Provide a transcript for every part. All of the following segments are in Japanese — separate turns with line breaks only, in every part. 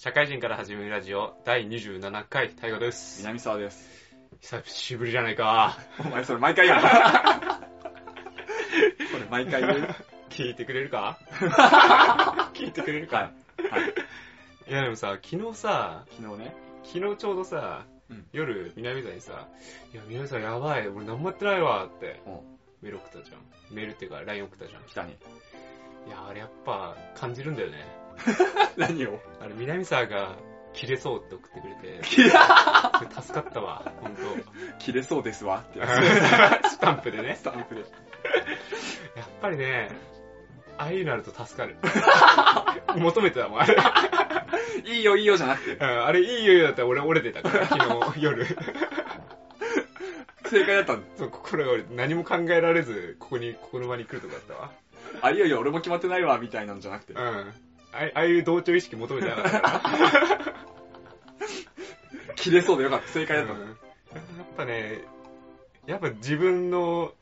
社会人から始めるラジオ第27回大河です
南沢です。
久しぶりじゃないか
お前それ毎回言うな。これ毎回言う。
聞いてくれるか聞いてくれるか、
はい
い、やでもさ昨日さ
昨日ね。
昨日ちょうどさ、
うん
夜南沢にさ「いや南沢やばい俺何もやってないわ」って
うん
メール送ったじゃんメールっていうか LINE 送ったじゃん
北に。
いやあれやっぱ感じるんだよね
何を
あれ南沢が切れそうって送ってくれて助かったわ本 当
切れそうですわってや
スタンプでね
つ。スタンプで。
やっぱりね、ああいうのあると助 かる。求めてたもん、あれ。
いいよいいよじゃなくて、
うんあれ、いいよいいよだったら俺折れてた から、昨日夜。
正解だったんだ。
そう心が折れて何も考えられず、ここに、ここの場に来るとこだったわ。
あ、いいよいいよ俺も決まってないわみたいなんじゃなくて
うん。。あああいう同調意識求めてなかったか
切れそうでよかった。正解
ら。
だ
う
った
ん
んだ。
やっぱね、やっぱ自分の、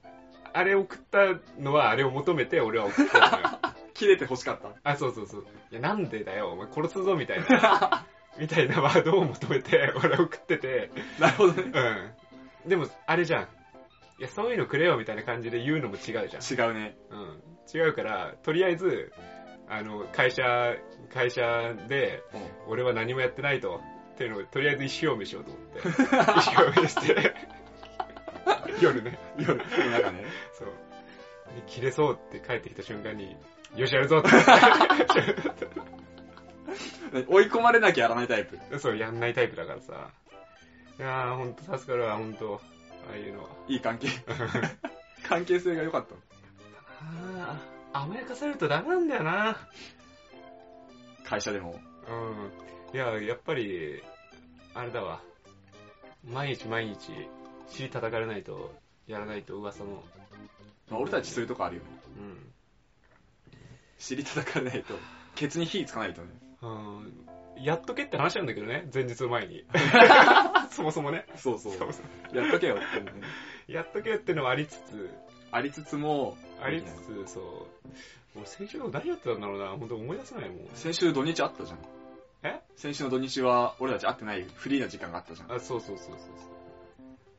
あれ送ったのはあれを求めて俺は送ったのよ。
切れて欲しかった。
あ、そうそうそう。いや、なんでだよ、お前殺すぞ、みたいな。 みたいなワードを求めて、俺送ってて。
なるほどね。
うん。でも、あれじゃん。いや、そういうのくれよ、みたいな感じで言うのも違うじゃん。
違うね。
うん。違うから、とりあえず、あの、会社、会社で、俺は何もやってないと。っていうのを、とりあえず一生目しようと思 って。一生目して。 夜ね。
夜、なんかね。
そう。で切れそうって帰ってきた瞬間に、よし、やるぞって。
追い込まれなきゃやらないタイプ。
そう、やんないタイプだからさ。いやー、ほんと助かるわ、ほんと。ああいうのは。
いい関 係。関係性が良かった。
あー、甘やかされるとダメなんだよな。
会社でも。
うん。いや、やっぱり、あれだわ。毎日毎日、尻叩かれないと、やらないと噂の。
まあ俺たちそういうとこあるよね。
うん。
尻叩かれないと。ケツに火つかないとね。
うん、やっとけって話なんだけどね、前日の前に。そもそもね。
そうそう。
そもそも
やっとけよって、ね、
やっとけってのはありつつ、
ありつつも、
ありつつ、そう。俺先週の何やってたんだろうな、本当思い出せないもん。
先週土日あったじゃん。
え
先週の土日は俺たち会ってないフリーな時間があったじゃん。
あ、そうそうそうそうそう。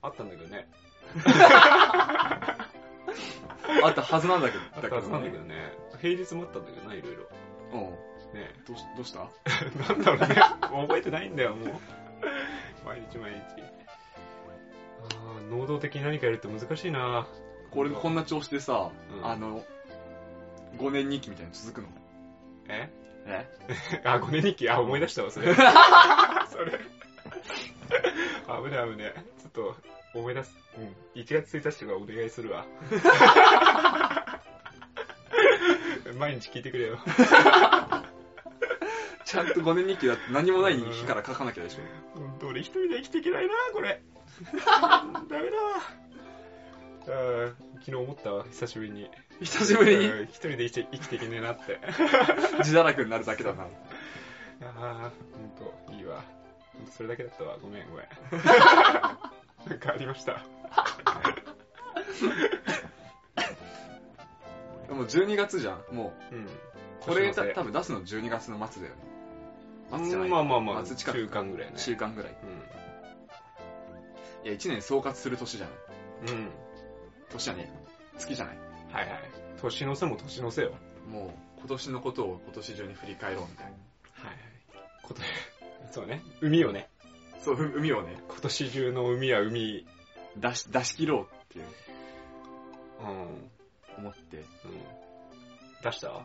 あったんだけどね。
あったはずなんだけど。
あったはずなんだけどね。平日もあったんだけどな、いろいろ。
うん。
ね
どうしどうした
なんだろうね。覚えてないんだよ、もう。毎日毎日。あー能動的に何かやるって難しいな
これこんな調子でさ、
うん
あの、5年日記みたいなの続くの
え
え
あ、5年日記。あ、思い出したわ、それ。そ れ。危ね危ね。ちょっと、思い出す。うん。1月1日とかお願いするわ。 毎日聞いてくれよ。
ちゃんと5年日記だって何もない日から書かなきゃでしょ。
本当俺一人で生きていけないなこれ ダメだわあー昨日思ったわ久しぶりに
久しぶりに
うん一人で生きて生きていけねえなって
自堕落になるだけだな。
ああ本当いいわほんとそれだけだったわごめんごめ んなんかありました
でも12月じゃん。も
うん
う、これ
年の
た
瀬
多分出すの12月の末だよね。末じゃ
う
なんい。
まあまあまあ
夏近く
中間ぐらいね
週間ぐらい。
う
いや、1年総括する年じゃない。
ん、うん、
年じゃねえ。月じゃない。
はいはい年の瀬も年の瀬よ
もう今年のことを今年中に振り返ろうみたいな。
はいはいこと そうね海をね
そう、う海をね、
今年中の海は海
出し、出し切ろうっていう
うん、うん、
思って、
出した
と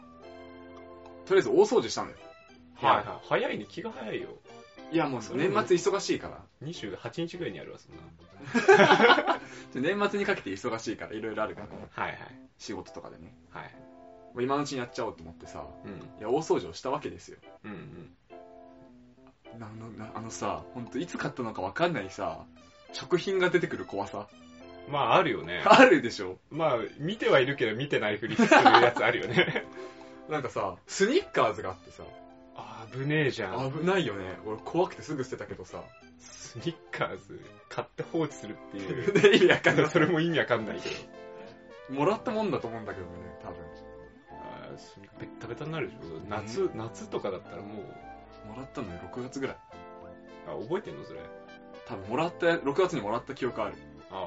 りあえず大掃除したんだよ。
はいはい。早いね、気が早いよ。
いやもう年末忙しいから。
28日ぐらいにやるわ、そんな。
で年末にかけて忙しいから、いろいろあるから、
はいはい。
仕事とかでね。
はい。
もう今のうちにやっちゃおうと思ってさ、
うん。
いや、大掃除をしたわけですよ。
うんうん。
なあのなあのさ、ほんといつ買ったのかわかんないさ、食品が出てくる怖さ。
まあ、あるよね。
あるでしょ
まあ、見てはいるけど、見てないふりするやつあるよ ね。
なんかさ、スニッカーズがあってさ、
あぶねえじゃん。
危ないよね。俺怖くてすぐ捨てたけどさ。
スニッカーズ、買って放置するって いう。
で、意味わかんない。
それも意味わかんないけど。
もらったもんだと思うんだけどね、多分。
あースニッカーベッタベタになるでしょ。夏、夏とかだったらもう、
もらっったのよ、6月ぐらい。
あ、覚えてんのそれ。
多分もらった、6月にもらった記憶ある。
あ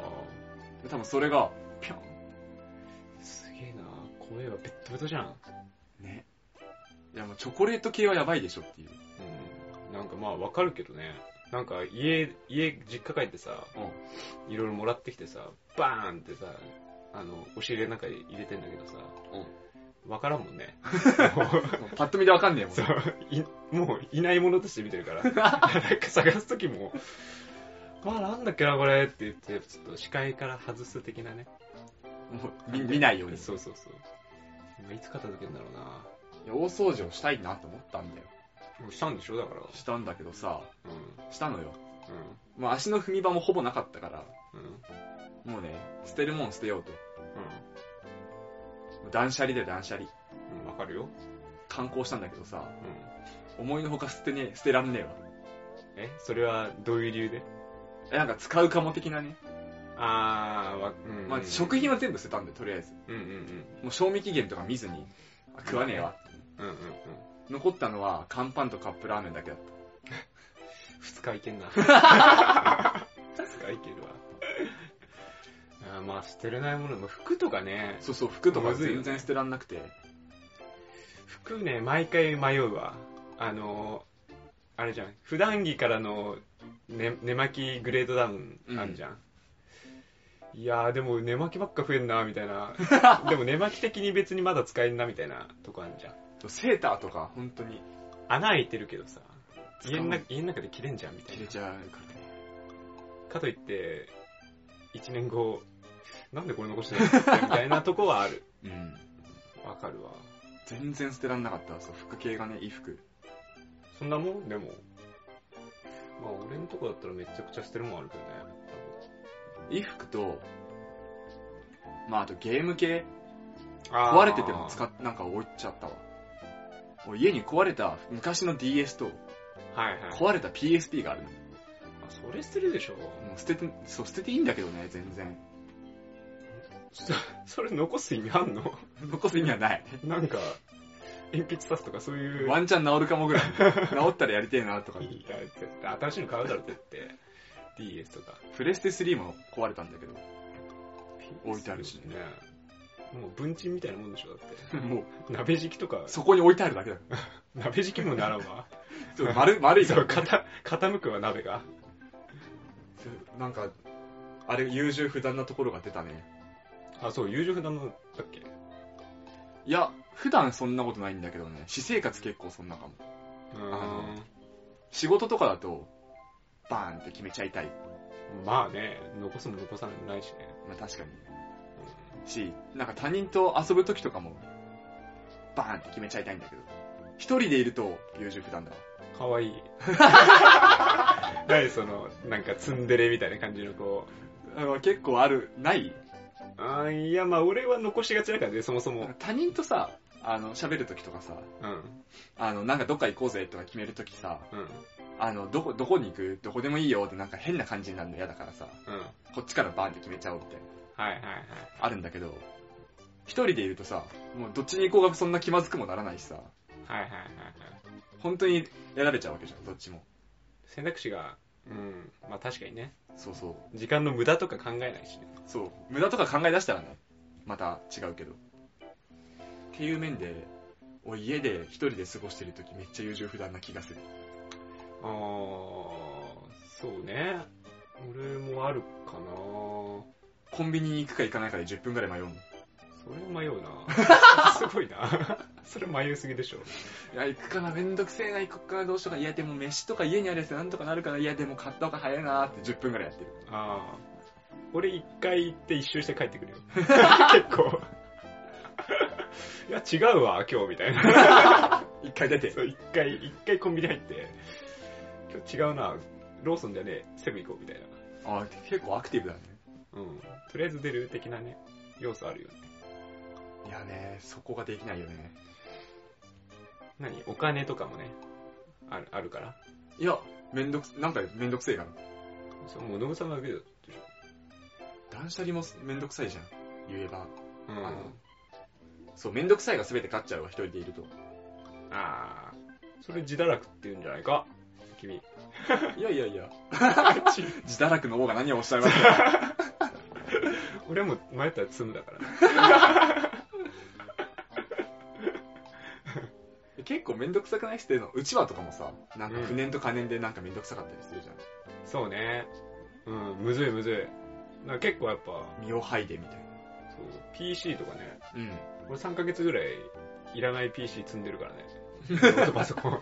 で多分それが、ぴょん。
あ。すげえな声はベッドベトじゃん。
ね。いやもうチョコレート系はやばいでしょっていう。
うん。なんかまあわかるけどね。なんか家、家、実家帰ってさ、いろいろもらってきてさ、バーンってさ、あの、押し入れの中に入れてんだけどさ、わからんもんね。
もうパッと見でわかんねえもん
そ
ね。
う、い、もういないものとして見てる から。なんか探すときも、まあなんだっけなこれって言って、ちょっと視界から外す的なね。
もう見見ないように。い
そうそうそう。まあいつ片付けんだろうな
や大掃除をしたいなと思ったんだよ。
もうしたんでしょだから。
したんだけどさ、
う
したのよ。
ん。
まあ足の踏み場もほぼなかったから、
うん。うん。
もうね、捨てるもん捨てようと。断捨離で断捨離。
うん。うん。わかるよ。
観光したんだけどさ
う、ん。
思いのほか捨てね、捨てらんねえわ。
えそれはどういう理由で
えなんか使うかも的なね。
あー、わ、うん。
まあ食品は全部捨てたんで、とりあえず。
うんうん
もう賞味期限とか見ずに、あ食わねえわ。
うん。うんうんうん。
残ったのは、乾パンとカップラーメンだけだっ
二日いけん な。二日いけるわ。あーまあ捨てれないものも服とかね
た。、そうそう、服とか
むずいよね
全然捨てらんなくて。
服ね、毎回迷うわ。あのー、あれじゃん、普段着からのね寝巻きグレードダウンあるじゃん。いやーでも寝巻きばっか増えんなみたい なでも寝巻き的に別にまだ使えんなみたいなとこあるじゃん
セーターとか、本当に、
穴開いてるけどさ
使
家
わ
の
な
中
い
家の中で着れんじゃんみたい
切
な
れちゃうからね。
かといって1年後なんでこれ残してないんだっけみたいなとこはあ る
うん。
わかるわ
全然捨てらんなかった。そう、服系がね、衣服。
そんなもんでもまあ俺のとこだったらめちゃくちゃ捨てるもんあるけどね
衣服と、まああとゲーム系、
あー
壊れてても使っ、なんか置いちゃったわ。俺家に壊れた昔の DS と、
はいはい
壊れた PSP があるの。
あそれ捨てるでしょ
もう捨てて、そう、捨てていいんだけどね、全然。
そ それ残す意味あんの
残す意味はない。
なんか鉛筆刺すとかそういう
ワンチャン治るかもぐらい。治ったらやりてえなとか。
いや絶対新しいの買うだろって言って DS とか
プレステ3も壊れたんだ けど、置いてあるしね
もう文鎮みたいなもんでしょだっ
もう、
て 鍋敷きとか
そこに置いてあるだけだか
鍋敷きもならんわ
ら。ちょっと丸、丸いか
そう
ら。
傾傾くわ鍋が
なんか、あれ、優柔不断なところが出たね。
あそう優柔不断だったっけ
いや、普段そんなことないんだけどね、私生活結構そんなかも。
う
あ
ん
仕事とかだと、バーンって決めちゃいたい。
まあね残すも残さないもないしね、
まあ確かに。し、なんか他人と遊ぶ時とかも、バーンって決めちゃいたいんだけど、一人でいると優柔不断だわ。
うん、かわいい 何そのなんかツンデレみたいな感じのこ
あの結構ある、ない
ああーいやまあ俺は残しがちだからねそもそ
なん
も
か他人とさ、あの、喋る時とかさ、
うん
あの、なんかどっか行こうぜとか決めるときさ、
うんうん
あの、どこ、どこに行くどこでもいいよってなんか変な感じになるの嫌だからさ、こっちからバーンって決めちゃおうみたいな、
はいはいはい
あるんだけど、一人でいるとさ、もうどっちに行こうがそんな気まずくもならないしさ、
はいはいはいはい
本当にやられちゃうわけじゃん、どっちも。
選択肢がうんまあ確かにね
そうそう。
時間の無駄とか考えないしね
そう。無駄とか考え出したらね、また違うけど。っていう面で、俺家で一人で過ごしてるときめっちゃ優柔不断な気がする。
あーそうね俺もあるかな
コンビニに行くか行かないかで10分ぐらい迷うもん。い
それ迷うなすごいなそれ迷いすぎでしょ
や、行くかな、めんどくせえな、行こっかな、どうしようか。いや、でも飯とか家にあるやつなんとかなるから、いや、でも買った方が早いなーって10分ぐらいやってる。
ああ俺一回行って一周して帰ってくるよ結構いや違うわ今日みたいな
一回出て。
そう一回一回コンビニ入って今日違うなローソンじゃねえセブン行こうみたいな
あ結構アクティブだね。
うんとりあえず出る的なね要素あるよね
いやね、そこができないよね。
何お金とかもねあるあるから
いや、めんどくす、なんかめんどくせえから。
そうもうノブさんだけだって
断捨離もめんどくさいじゃん。言えば。
うん
あのそう、めんどくさいが全て勝っちゃうわ、一人でいると。
ああそれ自堕落って言うんじゃないか君。
いやいやいや。自堕落の方が何をおっしゃいますか
俺はもう迷ったら積むだから。
結構めんどくさくないしてんのうちわとかもさ、なんか不年と可年でなんかめんどくさかったりするじゃ
そうね。うん、むずいむずい。なんか結構やっぱ、そ、
ん。身を剥いでみたいう
PC とかね。
な。うん。
俺3ヶ月ぐらい、いらない PC 積んでるからね。ノ ートパソコン。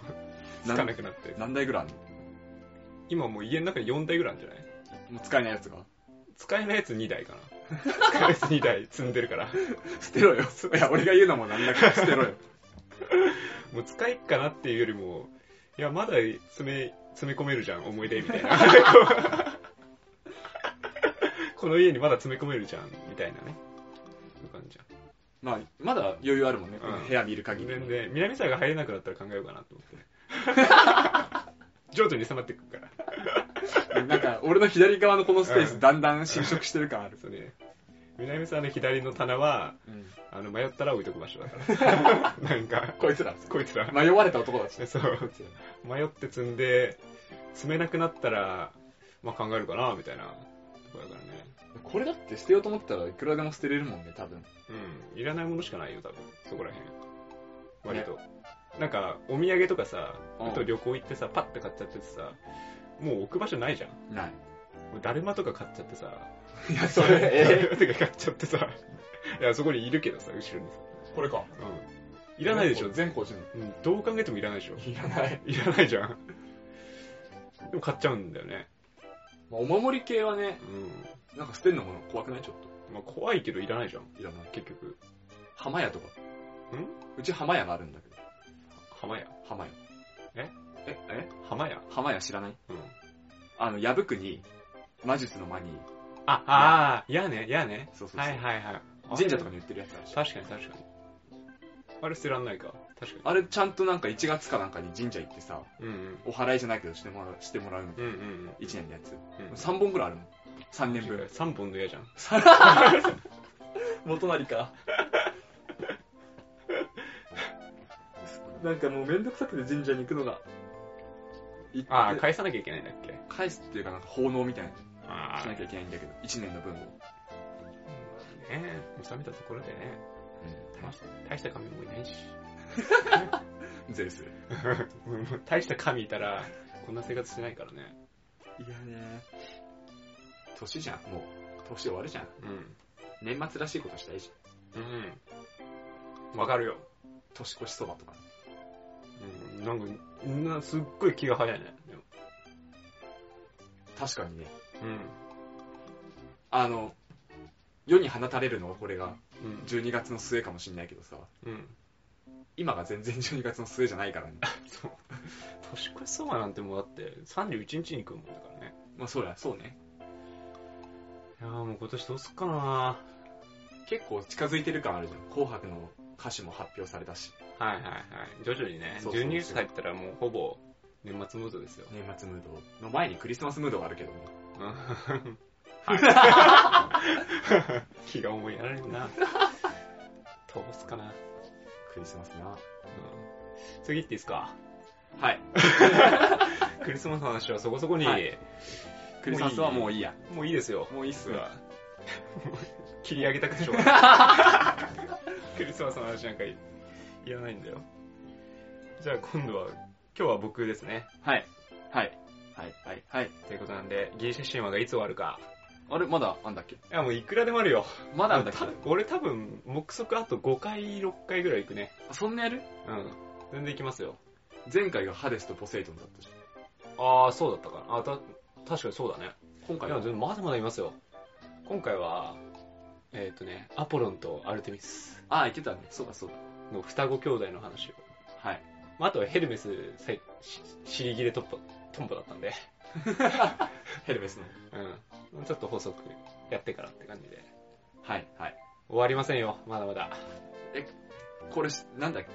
つかなくなって。
何台ぐらいあんの
今もう家の中に4台ぐらいあるんじゃない
もう使えないやつが。
使えないやつ2台かな。 使えないやつ2台積んでるから。
捨てろよ。いや、俺が言うのもなんだから捨て ろよ。
もう使いっかなっていうよりも、いや、まだ詰め、詰め込めるじゃん、思い出みたいな。こうこの家にまだ詰め込めるじゃん、みたいなね。そういう感じじゃ
まあ、まだ余裕あるもんね。
うん
この部屋見る
ん。
限り。
全然、南沢が入れなくなったら考えようかなと思って。徐々に迫っていくから。
なんか、俺の左側のこのスペー
う
ス、
ん
だんだん侵食してる感ある。
そうね。南沢の左の棚は、
うん。
あの、迷ったら置いとく場所だから。なんか、
こいつら。
こいつら。
迷われた男たち。
そう
こいつら
迷って積んで、積めなくなったら、まあ考えるかな、みたいな。とこだからね。
これだって捨てようと思ったらいくらでも捨てれるもんね、多分。
うん、いらないものしかないよ、多分。そこら辺。割と。なんか、お土産とかさ、
うん
あと旅行行ってさ、パッて買っちゃっててさ、もう置く場所ないじゃん。
ない。
もうだるまとか買っちゃってさ、
いや、それ、
だ
え
るまとか買っちゃってさ、いや、そこにいるけどさ、後ろにさ。
これか。
うん。いらないでしょ、全、
全校じゃ
うん、どう考えてもいらないでしょ。
いらない。
いらないじゃん。でも買っちゃうんだよね。
まあお守り系はね、
うん。
なんか捨てるのも怖くないちょっ
まあ、怖いけどいらないじゃん、
と。いらない。
結局。
浜屋とか。うち浜屋があるんだけど。
浜屋。
浜屋。
え、え浜屋
浜屋知らない
うん。
あの、矢吹に、魔術の間に、
あ、ああ、やね、やね。
そうそうそう。
はいはいはい。
神社とかに売ってるやつあるでしょ
確かに確かに。あれ捨てらんないか。確か
あれちゃんとなんか1月かなんかに神社行ってさ、
に。うんうん。
お祓いじゃないけどしてもらう、してもらうの。
うんうん
1年のやつ。
うん。うん、
3本ぐらいあるの。3年分。
3本の矢じゃん。
元りか。なんかもうめんどくさくて神社に行くのが。行って
ああ、返さなきゃいけないんだっけ。
返すっていうかなんか奉納みたいなの
あ
しな
ね
きゃいけないんだけど、1年の分を。
え、収めたところでね、大した大した神もいないし。
ゼウス。
もう大した神いたら、こんな生活してないからね。
いやね。年じゃん、もう。年終わるじゃん。
うん。
年末らしいことしたいじゃん。
うん。わかるよ。
年越しそばとか。
うん。なんか、みんなすっごい気が早いね。でも
確かにね。
うん。
あの、世に放たれるのはこれが
うん。
12月の末かもしんないけどさ、
うん。
今が全然12月の末じゃないからね。
そう。年越しそばなんてもうだって、31日に行くもんだからね。
まあそうだ、そうね。
いやーもう今年どうすっかな
結構近づいてる感あるじゃん。紅白の歌手も発表されたし、
はいはいはい。徐々にね、
そうそうそう
12月入ったらもうほぼ年末ムードですよ。
年末ムードの前にクリスマスムードがあるけどね。
はい 気が 重いやられるな。どうすっかな、
クリスマスな。
うん次行っていいですか
はい。
クリスマスの話はそこそこに、
はいクリスマスはもういいや。
もういいですよ。
もういいっすわ。
切り上げたくてしょうがない。 クリスマスの話なんかいいらないんだよ。じゃあ今度は、今日は僕ですね。
はい。はい。はい。はい。はい。
ということなんで、ギリシャ神話がいつ終わるか。
あれ、まだあんだっけ
いや、もういくらでもあるよ。
まだあんだっけ
多分俺多分、目測あと5回、6回ぐらい行くね。
あそんなやる
うん。全然行きますよ。
前回がハデスとポセイドンだったじゃ
あー、そうだったかな。あ、た、確かにそうだね。
ん。今
い
回
や、
は
全然まだまだいますよ。今回は、えっ、とね、アポロンとアルテミス
ああ、言ってたね。そうだそうだ。
の双子兄弟の話を。
はい。
まあ、あとはヘルメス、せし尻切れ突破、トンボだったんで。
ヘルメスの。
うん。ちょっと補足やってからって感じで。
はい。はい。
終わりませんよ。まだまだ。
これ、なんだっけ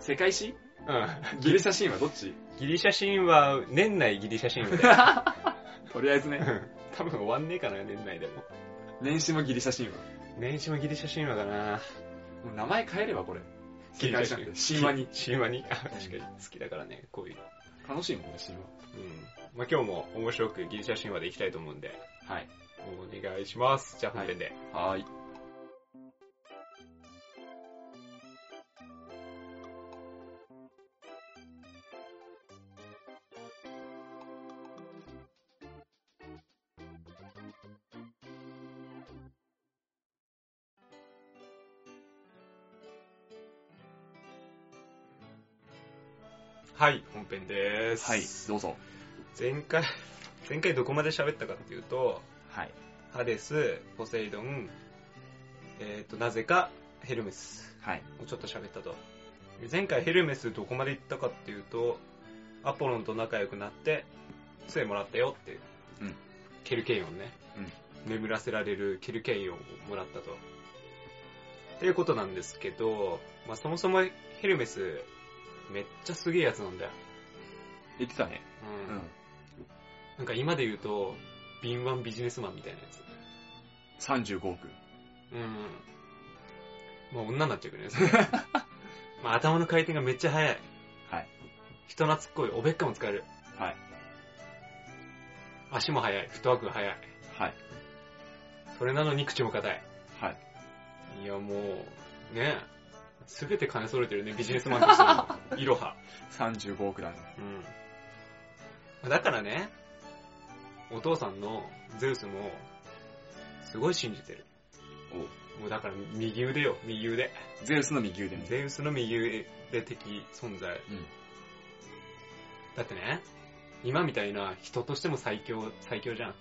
世界史
うん。
ギリシャ神話どっち
ギリシャ神話、年内ギリシャ神話 で。
とりあえずね。
多分終わんねえかな、年内でも。
年始もギリシャ神話。
年始もギリシャ神話だな
もう名前変えればこれ。警戒しなくて、神話に。
神話にあ確かに好きだからねこういう
楽しいもんね、神
うんまあ、今日も面白くギリシャ神話でいきたいと思うんで
話。はい。
お願いしますじゃあ本編で、
はーい。
はい、本編です、
はい、どうぞ。
前回前回どこまで喋ったかっていうと
はい。
ハデスポセイドンえっ、となぜかヘルメス
はい。
をちょっと喋ったと前回ヘルメスどこまで行ったかっていうとアポロンと仲良くなって杖もらったよって、
うん
ケルケイオンね、眠らせられるケルケイオンをもらったとっていうことなんですけど、まあ、そもそもヘルメスめっちゃすげえやつなんだよ、
言ってたね。
うんなんか今で言うと敏腕ビジネスマンみたいなやつ
35億。
うん。まあ女になっちゃうけど ね、それまあ頭の回転がめっちゃ速い。
はい。
人懐っこい、おべっかも使える。
はい。
足も速い、フットワークが速い。
はい。
それなのに口も硬い。
はい。
いやもう、ねすべて金揃えてるね、ビジネスマンとしての。いろ は。
35億だね。
うん。まあだからね、お父さんのゼウスも、すごい信じてる。もうだから右腕よ、右腕。
ゼウスの右腕ね。
ゼウスの右腕的存在。
うん
だってね、今みたいな人としても最強、最強じゃん。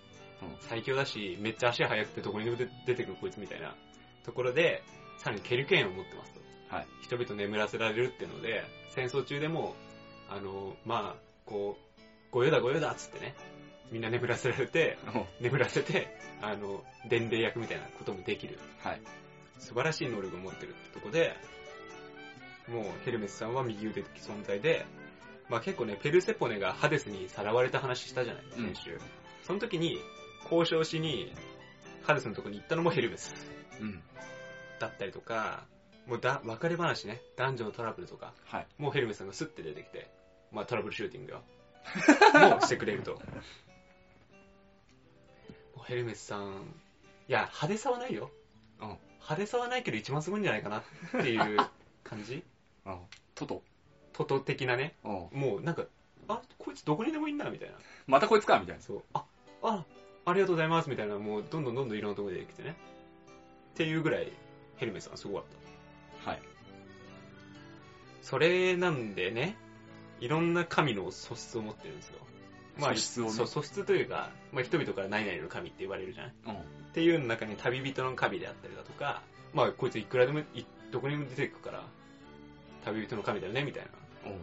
最強だし、めっちゃ足速くてどこにでも出出てくるこいつみたいなところで、さらにケルケンを持ってますと。
はい
人々眠らせられるっていうので、戦争中でも、あの、まあ、こう、ご用だご用だっつってね、みんな眠らせられて、
おう
眠らせて、あの、伝令役みたいなこともできる。
はい。
素晴らしい能力を持ってるってとこで、もうヘルメスさんは右腕的存在で、まあ結構ね、ペルセポネがハデスにさらわれた話したじゃない、
うん
先週。その時に、交渉しに、ハデスのとこに行ったのもヘルメス
うん。
だったりとか、もうだ、別れ話ね、男女のトラブルとか、
はい。
もうヘルメスさんがスッて出てきて、まあトラブルシューティング を、もうしてくれると。もうヘルメスさん、いや、派手さはないよ。
うん
派手さはないけど一番すごいんじゃないかなっていう感 じ
おうトト。
トト的なね。
おう
もうなんか、あ、こいつどこにでもいんな、みたいな。
またこいつかみたいな。
そう、あ、あ、ありがとうございます、みたいな、もうどんどんどんどんいろんなところできてね。っていうぐらい、ヘルメスさんすごかった。
はい。
それなんでね、いろんな神の素質を持ってるんですよ。まあ、
素質をね
そう素質というか、まあ、人々から何々の神って言われるじゃない
おう
っていう中に旅人の神であったりだとか、まあ、こいついくらでも、いどこにでも出てくから、旅人の神だよね、みたいな。
おう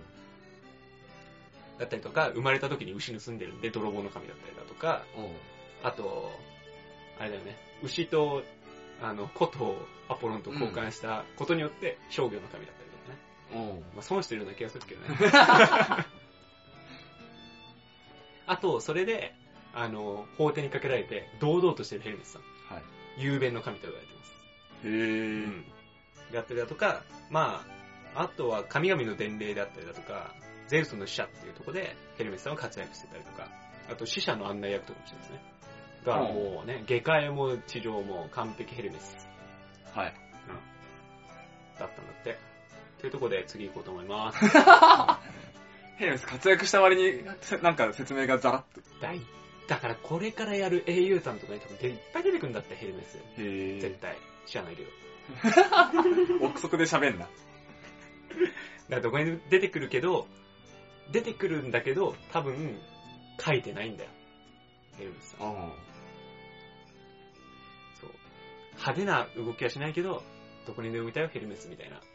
だったりとか、生まれた時に牛盗んでるんで、泥棒の神だったりだとか、
おう
あと、あれだよね、牛と、あの、コトをアポロンと交換したことによって、商業の神だったりとかね。
おう
まあ、損してるような気がするけ どね。あと、それで、あの、法廷にかけられて、堂々としてるヘルメスさん。
はい。
雄弁の神と言われてます。
へ
う
ぇー。
ん。だったりだとか、まあ、あとは神々の伝令であったりだとか、ゼウスの使者っていうところで、ヘルメスさんは活躍してたりとか、あと死者の案内役とかもしてますね。だからもうね、下界も地上も完璧ヘルメス
はい。
だったんだって。というところで次行こうと思います。
ヘルメス活躍した割に、せなんか説明がザラッと。
だいだからこれからやる au さんとかに多分でいっぱい出てくるんだってヘルメス
へ
絶
ぇ
対知らないけど
ー。憶測で喋んな。
だからどこにでも出てくるけど出てくるんだけど多分書いてないんだよヘルメスさん
おう
そう派手な動きはしないけどどこにでもいたよヘルメスみたいなだか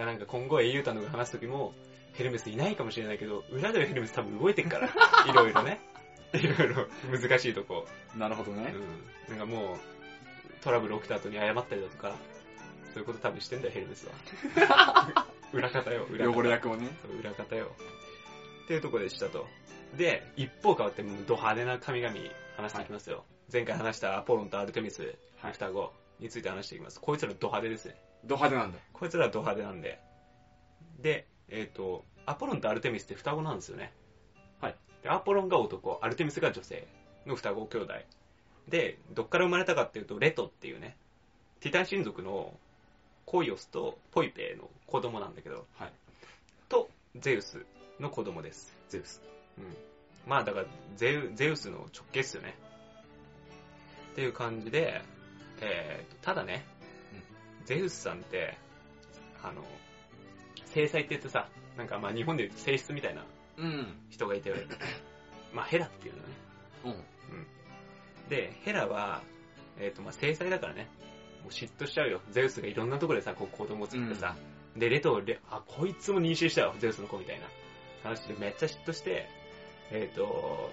らなんか今後 au さんとか話す時もヘルメスいないかもしれないけど裏ではヘルメス多分動いてるからいろいろねいろいろ難しいとこ
なるほどね。
うん、なんかもう、トラブル起きた後に謝ったりだとか、そういうこと多分してんだよ、ヘルメスは。 裏方よ、裏方。
汚れ役をね。
そう裏方よ。っていうとこでしたと。で、一方変わって、もうド派手な神々話していきますよ。前回話したアポロンとアルテミス、
はい
双子について話していきます。こいつらド派手ですね。
ド派手なんだ。
こいつらド派手なんで、で、えっ、と、アポロンとアルテミスって双子なんですよね。
はい。
で、アポロンが男、アルテミスが女性の双子兄弟。で、どっから生まれたかっていうと、レトっていうね、ティタン親族のコイオスとポイペイの子供なんだけど、
はい。
と、ゼウスの子供です。
ゼウス。
うん。まあだからゼウ、ゼウスの直系っすよね。っていう感じで、えー、ただね、ゼウスさんって、あの、制裁って言ってさ、なんかまあ日本で言うと性質みたいな
うん。
人がいて、まあヘラっていうのね。
うん。
で、ヘラは、えっ、とまあ制裁だからね、もう嫉妬しちゃうよ。ゼウスがいろんなところでさ、こう子供を作ってさ、で、レトをレ、あ、こいつも妊娠したよ、ゼウスの子みたいな話でめっちゃ嫉妬して、えっ、と、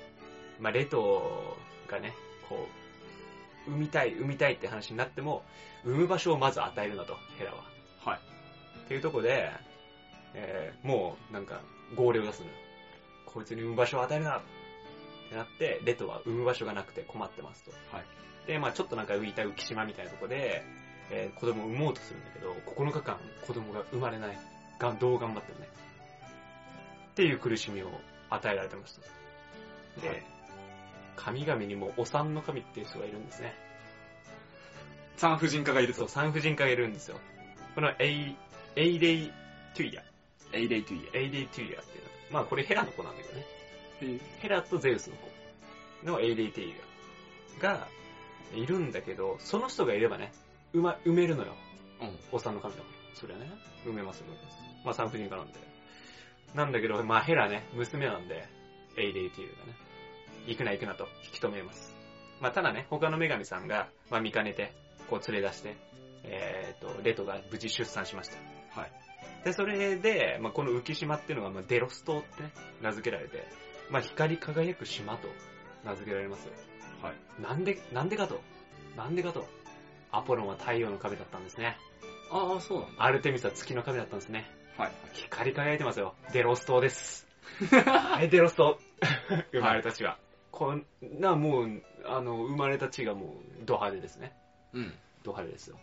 まあ、レトがね、こう、産みたい、産みたいって話になっても、産む場所をまず与えるなと、ヘラは。
はい。
っていうとこで、えーもう、なんか、号令を出すのよ。こいつに産む場所を与えるなってなって、レトは産む場所がなくて困ってますと。
はい。
で、まあちょっとなんか浮いた浮島みたいなとこで、えー子供を産もうとするんだけど、9日間子供が生まれない。がどう頑張ってもね。っていう苦しみを与えられてました。で、
はい
神々にもお産の神っていう人がいるんですね。
産婦人科がいる
そ
と
う、。産婦人科がいるんですよ。このエイ、エイデイ・トゥイヤ。
エイデイトゥイ
エイデイ・トゥイヤっていうの。まあこれヘラの子なんだけどね。
エ。
ヘラとゼウスの子のエイデイテイガがいるんだけど、その人がいればね、うま、埋めるのよ。
うん。
お産の神だから。そりゃね、埋めます、埋めます。まあ産婦人科なんで。なんだけど、まあヘラね、娘なんで、エイデイテイガがね、行くな行くなと引き止めます。まあただね、他の女神さんが、まあ見かねて、こう連れ出して、えーと、レトが無事出産しました。
はい。
で、それで、まあ、この浮島っていうのが、まあ、デロス島ってね、名付けられて、まあ、光り輝く島と名付けられますよ。
はい。
なんで、なんでかと。なんでかと。アポロンは太陽の壁だったんですね。
ああ、そうなんだ。
アルテミスは月の壁だったんですね。
はい。
光り輝いてますよ。デロス島 です。はい、デロス島。 生まれた地は。こんな、もう、あの、生まれた地がもう、ド派手ですね。
うん。
ド派手ですよ。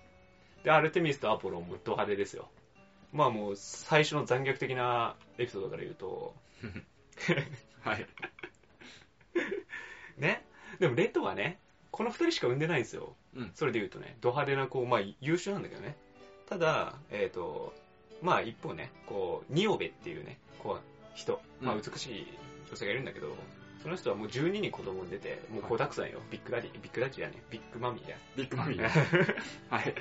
で、アルテミスとアポロンもド派手ですよ。まあもう、最初の残虐的なエピソードから言うと、
はい。
ね。でも、レッドはね、この二人しか産んでないんですよ。
うん
それで言うとね、ド派手な子、まあ優秀なんだけどね。ただ、えっ、と、まあ一方ね、こう、ニオベっていうね、こう、人、まあ
うん
美しい女性がいるんだけど、その人はもう12人子供出て、もう子だくさんよ。ビッグダディ、ビッグダディじゃね、ビッグマミーだよ
ビッグマミー。 はい。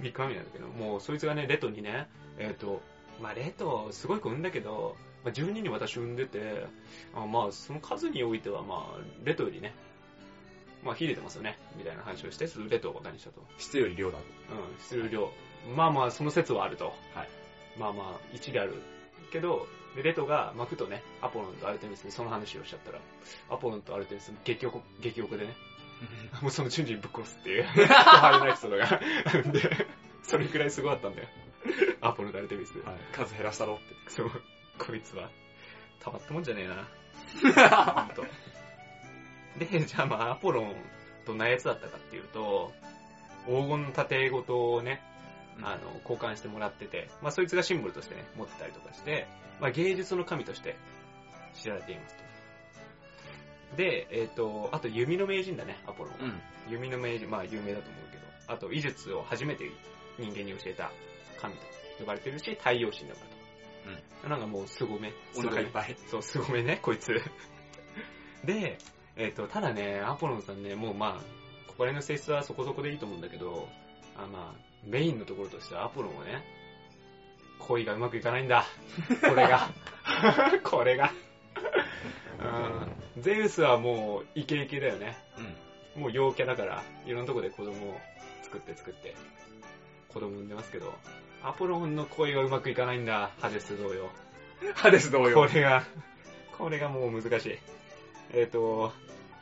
ビッグマミーなんだけど、もうそいつがね、レトにね、えっ、と、まあレト、すごい子産んだけど、まあ、12人私産んでて、あまあその数においては、まあレトよりね、まあ秀でてますよね、みたいな話をして、それレトをバカにしたと。
質より量だと。
うん、質量。まあまあその説はあると。
はい。
まあまあ、一理ある。けど、でレトが、まあ、ふとね、アポロンとアルテミスにその話をしちゃったら、アポロンとアルテミスも激怒、激怒でね、もうその順次ぶっ殺すっていう、 ド派手なエピソードが。なんで、それくらいすごかったんだよ。アポロとアルテミス。
はい。数減らしたろって。
そう、こいつは、たまったもんじゃねえな。ほんとで、じゃあまあ、アポロン、どんなやつだったかっていうと、黄金の盾ごとをね、あの、交換してもらってて、まあ、そいつがシンボルとしてね、持ってたりとかして、まあ、芸術の神として知られていますと。で、えっ、と、あと弓の名人だね、アポロンは。
うん。
弓の名人、まあ有名だと思うけど、あと医術を初めて人間に教えた神と呼ばれてるし、太陽神だからと。うん。なんかもう凄め。
お
凄
腹
め
いっぱい。
そう、凄めね、こいつ。 で、えっ、と、ただね、アポロンさんね、もうまあ、ここら辺の性質はそこそこでいいと思うんだけど、あまあ、メインのところとしてはアポロンはね、恋がうまくいかないん だ。これが。 これが。うん。ゼウスはもうイケイケだよね。
うん。
もう陽キャだから、いろんなとこで子供を作って作って、子供産んでますけど、アポロンの恋がうまくいかないんだ、ハデス同様。
ハデス同
こ
様。
れが、これがもう難しい。えっ、と、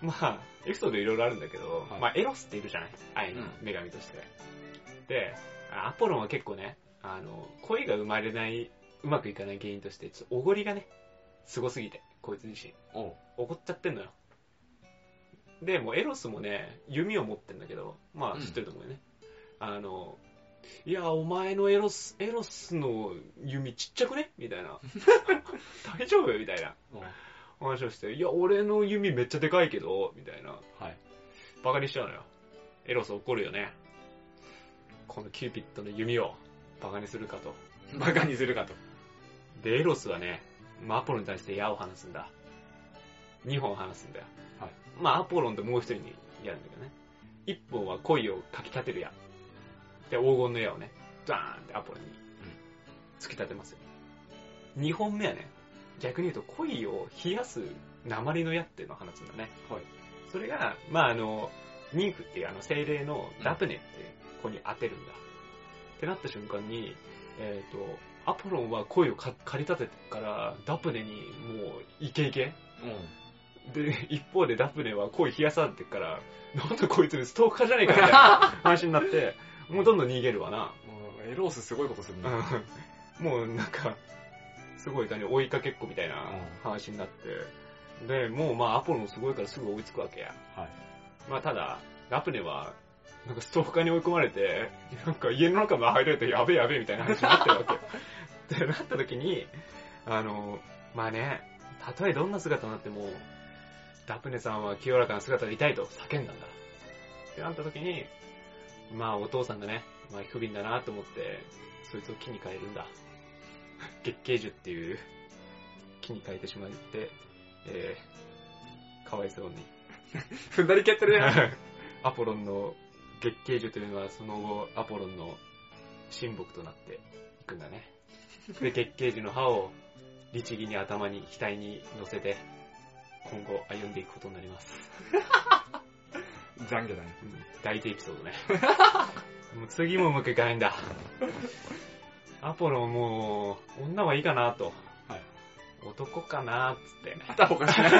まあ、エピソードいろいろあるんだけど、
はい
まあ、エロスっているじゃない愛の
う
女神として。で、あアポロンは結構ね、あの、恋が生まれない、うまくいかない原因として、ちょっとおごりがね、すごすぎて、こいつ自身。
おう
怒っちゃってんのよ。で、もうエロスもね、弓を持ってんだけど、ま
う
あ
ん
知ってると思うよね。あの、いや、お前のエロス、エロスの弓ちっちゃくねみたい な。大丈夫みたいな
うんは
話をして、いや、俺の弓めっちゃでかいけど、みたいな。
い。
バカにしちゃうのよ。エロス怒るよね。このキューピッドの弓をバカにするかと。
バカにするかと。
で、エロスはね、まあアポロンに対して矢を放つんだ。2本放つんだよ。
はい
まあ、アポロンともう一人にやるんだけどね。1本は恋をかき立てる矢。で、黄金の矢をね、ダーンってアポロンに突き立てますよ。2本目はね、逆に言うと恋を冷やす鉛の矢っていうのを放つんだね。
はい
それが、まああの、ニーフっていうあの精霊のダプネっていう子に当てるんだ。ってなった瞬間に、えっ、と、アポロンは声をか駆り立ててから、ダプネにもうイケイケ。
う
で、一方でダプネは声冷やされてから、なんでこいつストーカーじゃねえかみたいな話になって、もうどんどん逃げるわな。
ん。もう、エロースすごいことするな。
うんもうなんか、すごい何追いかけっこみたいな話になって、で、もうまあアポロンすごいからすぐ追いつくわけや。
はい。
まあただ、ラプネは、なんかストーカーに追い込まれて、なんか家の中も入られてやべえやべえみたいな話になってるわけ。 ってなった時に、あの、まあね、たとえどんな姿になっても、ラプネさんは清らかな姿でいたいと叫んだんだ。ってなった時に、まあお父さんがね、まあ不憫だなと思って、そいつを木に変えるんだ。月桂樹っていう木に変えてしまって、えー、かわいそうに。
踏んだり蹴ってるね。
アポロンの月桂樹というのはその後アポロンの親睦となっていくんだね。 で、月桂樹の歯を律儀に頭に、額に乗せて、今後歩んでいくことになります。
懺悔だね。
うん大事エピソード ね。もう次もうまくいかないんだ。アポロンもう、女はいいかなと。
はい
男かなっつって。
片方がしない。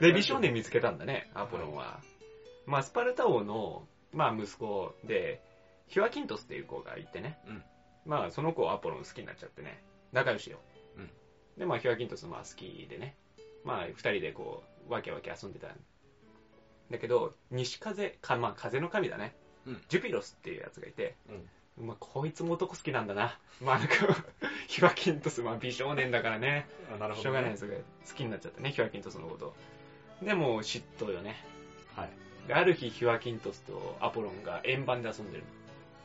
で、美少年見つけたんだね、アポロンは。まあ、スパルタ王の、まあ、息子で、ヒュアキントスっていう子がいてね。
うん
まあ、その子をアポロン好きになっちゃってね。仲良しよ。
うん
で、まあ、ヒュアキントスまあ好きでね。まあ、二人でこう、わけわけ遊んでたんだけど、西風、かまあ、風の神だね。
うん
ジュピロスっていうやつがいて、まあ、こいつも男好きなんだな。まあ、なんか、 ヒュアキントス、まあ、美少年だからね。
あなるほど、ね。
しょうがないですが、好きになっちゃったね、ヒュアキントスのこと。で、もう嫉妬よね。
はい。
で、ある日、ヒュアキントスとアポロンが円盤で遊んでる。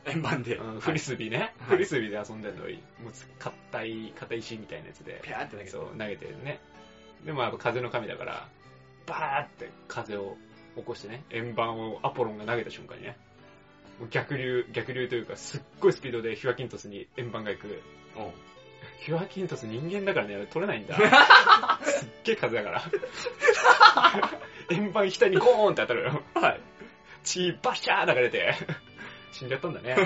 円盤で。
うん
はい
フリスビーね。
はい
フリスビーで遊んでるのに、もう、硬い、硬い石みたいなやつで
ピ、ャーってだけ
そ
ど。
う、投げてるね。でも、やっぱ風の神だから、バーって風を起こしてね、円盤をアポロンが投げた瞬間にね、もう逆流、逆流というか、すっごいスピードでヒュアキントスに円盤が行く。
うん。
ヒュアキントス人間だからね、取れないんだ。すっげえ風だから。円盤下にゴーンって当たるよ。
はい。
血バシャー流れて、死んじゃったんだね。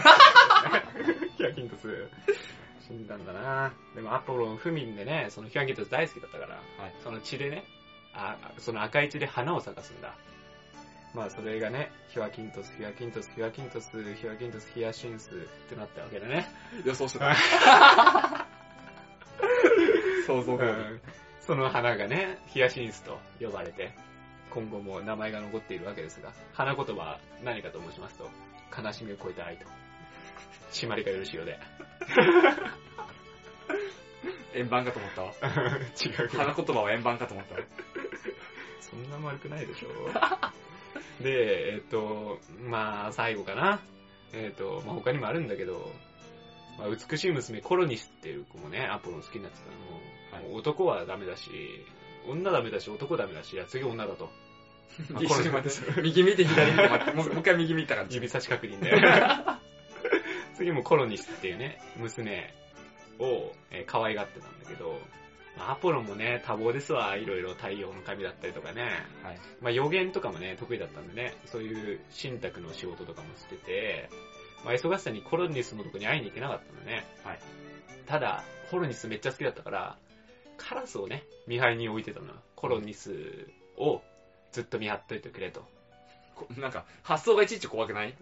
ヒュアキントス。死んだんだなでもアポロン不眠でね、そのヒュアキントス大好きだったから、
い
その血でね、あその赤い血で花を咲かすんだ。まあそれがね、ヒュアキントス、ヒュアキントス、ヒュアキントス、ヒュアキントス、ヒアシンスってなったわけだね。
予想してた。 想像通り。
うんその花がね、ヒヤシンスと呼ばれて、今後も名前が残っているわけですが、花言葉は何かと申しますと、悲しみを超えた愛と、締まりがよろし いようで。
円盤かと思ったわ。
違う
花言葉は円盤かと思ったわ。
そんな丸くないで しょ。で、えっと、まあ、最後かな。えっと、まあ他にもあるんだけど、まあ、美しい娘コロニスっていう子もね、アポロン好きになってたの、
はい
もう男はダメだし、女ダメだし、男ダメだし、いや次女だと。まあ
一
コロ
瞬
ニ
待って、右見て左見て待って、もうもう一回右見た感じ。
指差し確 認で。次もコロニスっていうね、娘を、えー可愛がってたんだけど、まあアポロンもね、多忙ですわ。いろいろ太陽の神だったりとかね。
はい。
まあ予言とかもね、得意だったんでね、そういう信託の仕事とかもしてて、まあ忙しさにコロニスのとこに会いに行けなかったんだね。
はい。
ただ、コロニスめっちゃ好きだったから、カラスをね、見張りに置いてたのよ。コロニスをずっと見張っといてくれと。
こなんか、発想がいちいち怖くない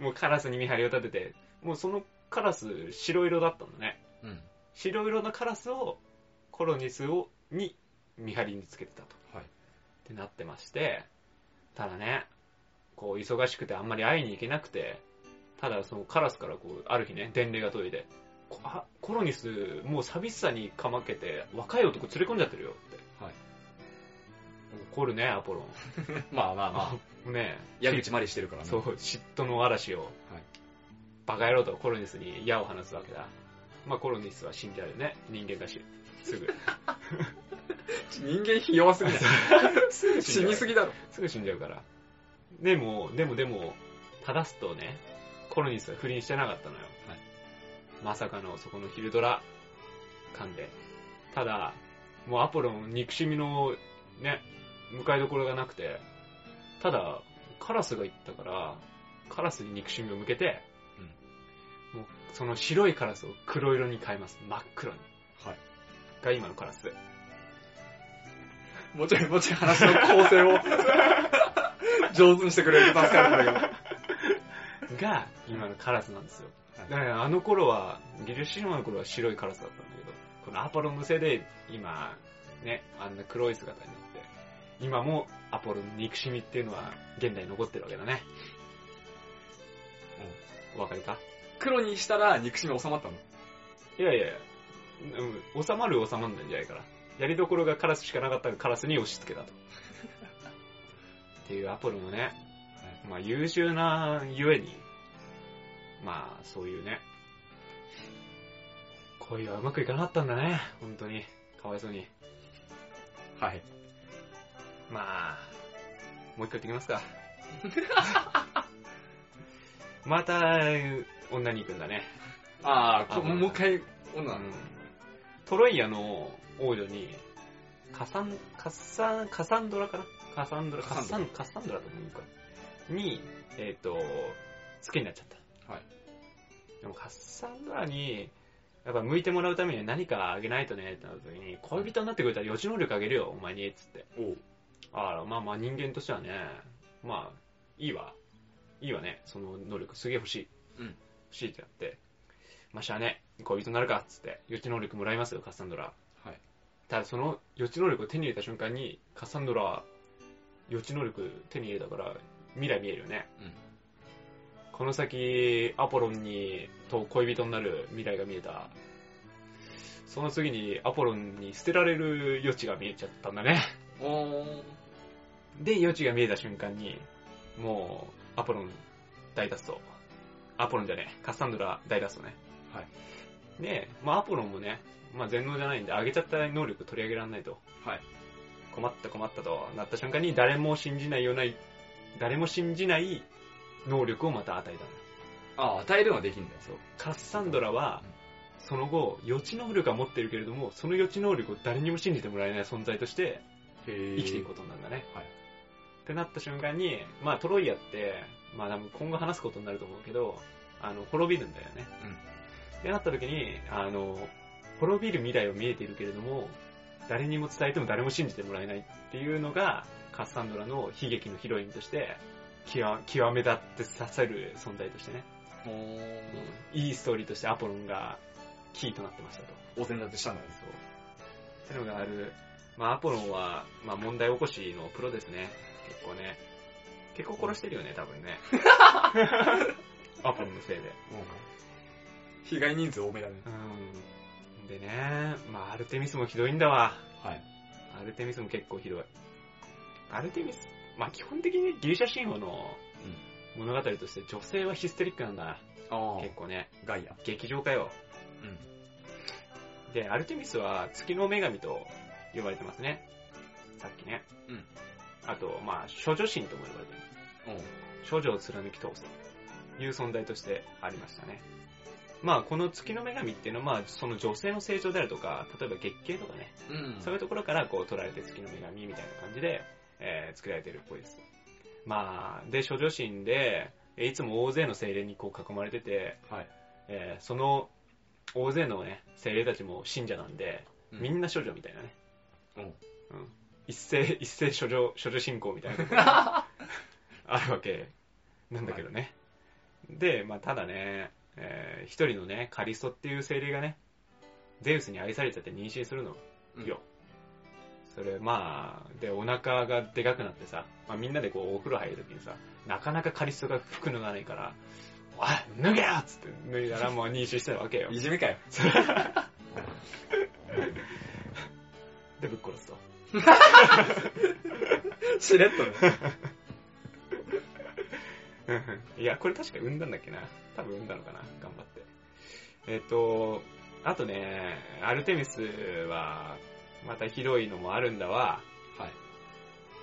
もうカラスに見張りを立てて、もうそのカラス白色だったんだね。
うん。
白色のカラスをコロニスをに見張りにつけてたと。
はい
ってなってまして、ただね、こう忙しくてあんまり会いに行けなくてただそのカラスからこうある日ね伝令が届いてこあコロニスもう寂しさにかまけて若い男連れ込んじゃってるよって、
はい
怒るねアポロ
まあまあまあ、
ン ねえ
矢口まりしてるからね。
そう嫉妬の嵐を、バカ野郎とコロニスに矢を放つわけだまあコロニスは信者でね人間だしすぐ
人間ひ弱すぎない
すぐ
死にすぎだろ。
すぐ死んじゃうから。でも、でもでも、正すとね、コロニスは不倫してなかったのよ。
はい
まさかのそこの昼ドラ、勘で。ただ、もうアポロン憎しみのね、迎えどころがなくて、ただ、カラスが言ったから、カラスに憎しみを向けて、もうその白いカラスを黒色に変えます。真っ黒に。
はい
が今のカラス。
もうちょい、もうちょい話の構成を上手にしてくれると助かるんだけど。
が今のカラスなんですよ、
はい
だからあの頃はギルシルマの頃は白いカラスだったんだけどこのアポロンのせいで今ねあんな黒い姿になって今もアポロンの憎しみっていうのは現代に残ってるわけだねお分かりか
黒にしたら憎しみ収まったの。
いやいやいやうん収まる収まんないんじゃないからやりどころがカラスしかなかったからカラスに押し付けたと っていうアポロンのね、まあ優秀なゆえにまあそういうね恋はうまくいかなかったんだね本当にかわいそうに
はい。
まあもう一回言ってきますかまた女に行くんだね
ああ、こ
あ
もう一回、女なの。
トロイアの王女に、カサン、カサン、カサンドラかなカサンドラ、カサ
カサ
ン、カサンドラとも言うか。に、えっ、と、好きになっちゃった。
はい。
でもカサンドラに、やっぱ向いてもらうためには何かあげないとねってなった時に、恋人になってくれたら予知能力あげるよ、お前に、つって。
おう
あら、まあまあ人間としてはね、まあ、いいわ。いいわね、その能力。すげえ欲しい。
うん
欲しいってなって。まあしゃあね、恋人になるか、つって。予知能力もらいますよ、カッサンドラ。
はい。
ただその予知能力を手に入れた瞬間に、カッサンドラは予知能力手に入れたから、未来見えるよね。
うん
この先、アポロンに、と恋人になる未来が見えた。その次に、アポロンに捨てられる余地が見えちゃったんだね。
おー
で、余地が見えた瞬間に、もう、アポロン大脱走。アポロンじゃねえ、カッサンドラ大脱走ね。。
はい
で、まあアポロンもね、まあ全能じゃないんで、上げちゃった能力取り上げられないと。
はい。
困った困ったとなった瞬間に、誰も信じないような、誰も信じない能力をまた与えたのよ
ああ、与えるのはできんだよ。
そう。カッサンドラは、その後、予知能力は持ってるけれども、その予知能力を誰にも信じてもらえない存在として、
へ
生きていくことになるんだね。
はい
ってなった瞬間に、まあトロイアって、まあ多分今後話すことになると思うけど、あの、滅びるんだよね。ってなった時に、あの、滅びる未来は見えているけれども、誰にも伝えても誰も信じてもらえないっていうのが、カッサンドラの悲劇のヒロインとして、極極めだってさせる存在としてね、
おー
いいストーリーとしてアポロンがキーとなってましたと。
お膳立てしたんだよ。
そう。ってのがある。まあ、アポロンは、まあ、問題起こしのプロですね。結構ね。結構殺してるよね、多分 ね。アポロンのせいで。
被害人数多めだね。
うん。でね、まあ、アルテミスもひどいんだわ。
はい。
アルテミスも結構ひどい。アルテミス、まあ、基本的にギリシャ神話の物語として女性はヒステリックなんだな。
あ
結構ね。
ガイア。
劇場かよ。
うん。
で、アルテミスは月の女神と呼ばれてますね。さっきね。
うん。
あと、まあ、諸女神とも呼ばれてます。
おう
諸女を貫き通すという存在としてありましたね。まあ、この月の女神っていうのは、まあ、その女性の成長であるとか、例えば月経とかね、
うん
そういうところからこう取られて月の女神みたいな感じで、えー作られてるっぽいです。まあ、で、諸女神で、えーいつも大勢の精霊にこう囲まれてて、
はい。
えーその大勢のね、精霊たちも信者なんで、
うん
みんな処女みたいなね。
うん
うん一斉、一斉処女、処女信仰みたいなところが あるわけなんだけどね。で、まあただね、えー一人のね、カリストっていう精霊がね、ゼウスに愛されちゃって妊娠するのよ。それまあでお腹がでかくなってさ、まあ、みんなでこうお風呂入るときにさなかなかカリストが服脱がないから「おい脱げよ!」っつって脱いだらもう妊娠してたわけよ
いじめかよ。
でぶっ殺すと
しれっとね。
いやこれ確か産んだんだっけな多分産んだのかな頑張ってえっ、とあとねアルテミスはまたひどいのもあるんだわ
はい。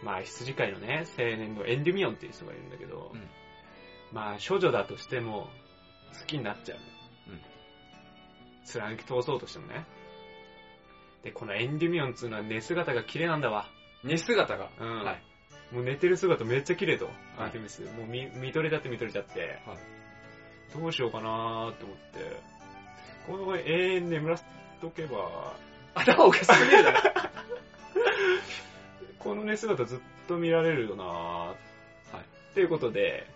まあ羊飼いのね青年のエンデュミオンっていう人がいるんだけど、
うん
まあ処女だとしても好きになっちゃう、
うん
貫き通そうとしてもねでこのエンデュミオンっつうのは寝姿が綺麗なんだわ
寝姿が。
うん
はい。
もう寝てる姿めっちゃ綺麗と、アルテミス。もう見、見とれだって見とれちゃって、
はい
どうしようかなーって思って、このまま永遠眠らせとけば、
頭おかしすぎるだろ。
この寝姿ずっと見られるよなー
はい
っていうことで、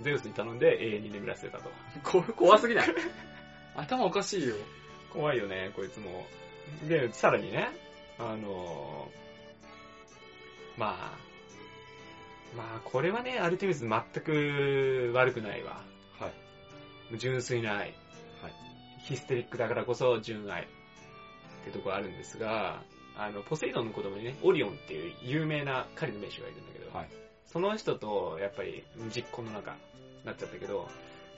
ゼウスに頼んで永遠に眠らせてたと。
こ怖すぎない頭おかしいよ。
怖いよね、こいつも。で、さらにね、あのーまあ、まあ、これはね、アルテミス全く悪くないわ。
はい。
純粋な愛。
はい
ヒステリックだからこそ純愛。ってとこあるんですが、あの、ポセイドンの子供にね、オリオンっていう有名な狩りの名手がいるんだけど、
はい
その人と、やっぱり、実行の中、なっちゃったけど、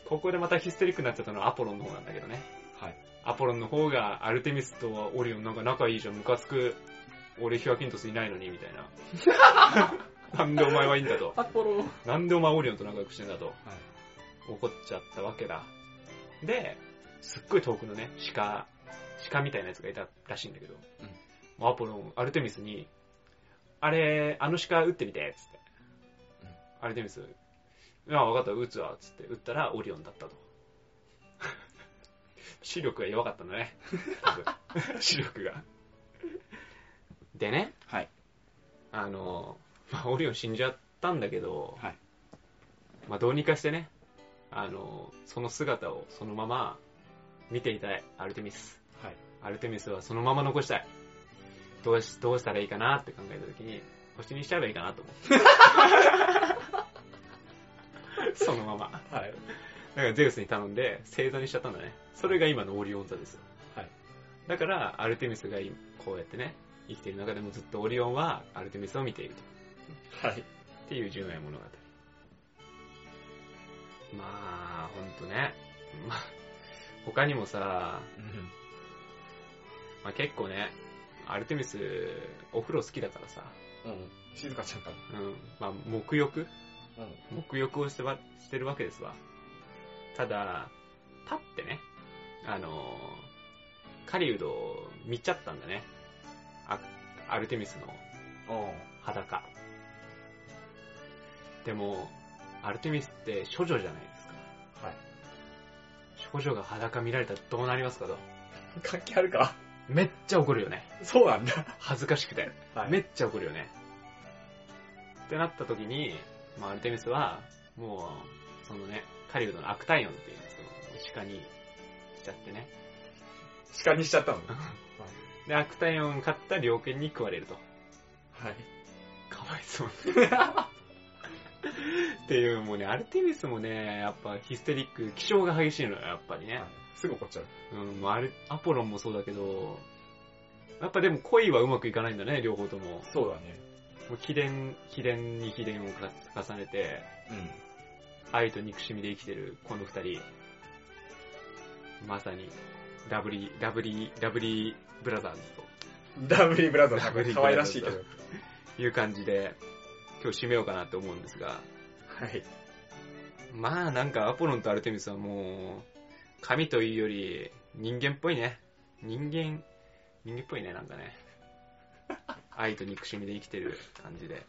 ここでまたヒステリックになっちゃったのはアポロンの方なんだけどね。
はい。
アポロンの方がアルテミスとオリオンなんか仲いいじゃん、ムカつく。俺ヒュアキントスいないのに、みたいな。 なんでお前はいいんだと。
アポロ。はい。
なんでお前オリオンと仲良くしてんだと。怒っちゃったわけだ。で、すっごい遠くのね、鹿、鹿みたいなやつがいたらしいんだけど、
うん
もうアポロン、アルテミスに、あれ、あの鹿撃ってみて、つって。
うん
アルテミス、ああ、わかった、撃つわ、つって、撃ったらオリオンだったと。 視力が弱かったんだ ね。多分視力が。でね、
はい
あの、まあ、オリオン死んじゃったんだけど、
はい
まあ、どうにかしてね、あの、その姿をそのまま見ていたい、アルテミス。
はい。
アルテミスはそのまま残したい。どうし、どうしたらいいかなって考えたときに、星にしちゃえばいいかなと思って。そのまま。
は
だ
い。
からゼウスに頼んで星座にしちゃったんだね。それが今のオリオン座ですよ。
はい。
だから、アルテミスが今こうやってね、生きてる中でもずっとオリオンはアルテミスを見ていると。
はい。
っていう純愛物語。まあ、ほんとね。まあ、他にもさ、まあ、結構ね、アルテミス、お風呂好きだからさ、
うん。うん。静かちゃんか
うん、まあ、沐浴
ら。うん。
沐浴をしてわしてるわけですわ。ただ、パってね、あのー、狩人を見ちゃったんだね。あアルテミスの
おう
裸。でも、アルテミスって処女じゃないですか。
はい。
処女が裸見られたらどうなりますかと。
関係あるか
めっちゃ怒るよね。
そうなんだ。
恥ずかしくて。
は
めっちゃ怒るよね。ってなった時に、まあ、アルテミスは、もう、そのね、カリウドのアクタイオンっていうその鹿にしちゃってね。
鹿にしちゃったの。
で、アクタイオン買った猟犬に食われると。
はい。
かわいそう。っていう、もうね、アルテミスもね、やっぱヒステリック、気性が激しいのよ、やっぱ りね。
すぐ怒っちゃう。
うん、もうあれ、アポロンもそうだけど、やっぱでも恋はうまくいかないんだね、両方とも。も
そうだね。
う秘伝、秘伝に秘伝をか重ねて、
うん。
愛と憎しみで生きてるこの二人。まさに、ダブリ、ダブリ、ダブリブラザーズ
ダブリーブラザーズ。
ダブリーブラザーズ
可愛らしいけど。
という感じで、今日締めようかなって思うんですが、
はい。
まあなんかアポロンとアルテミスはもう、神というより人間っぽいね。人間、人間っぽいね、なんかね。愛と憎しみで生きてる感じで。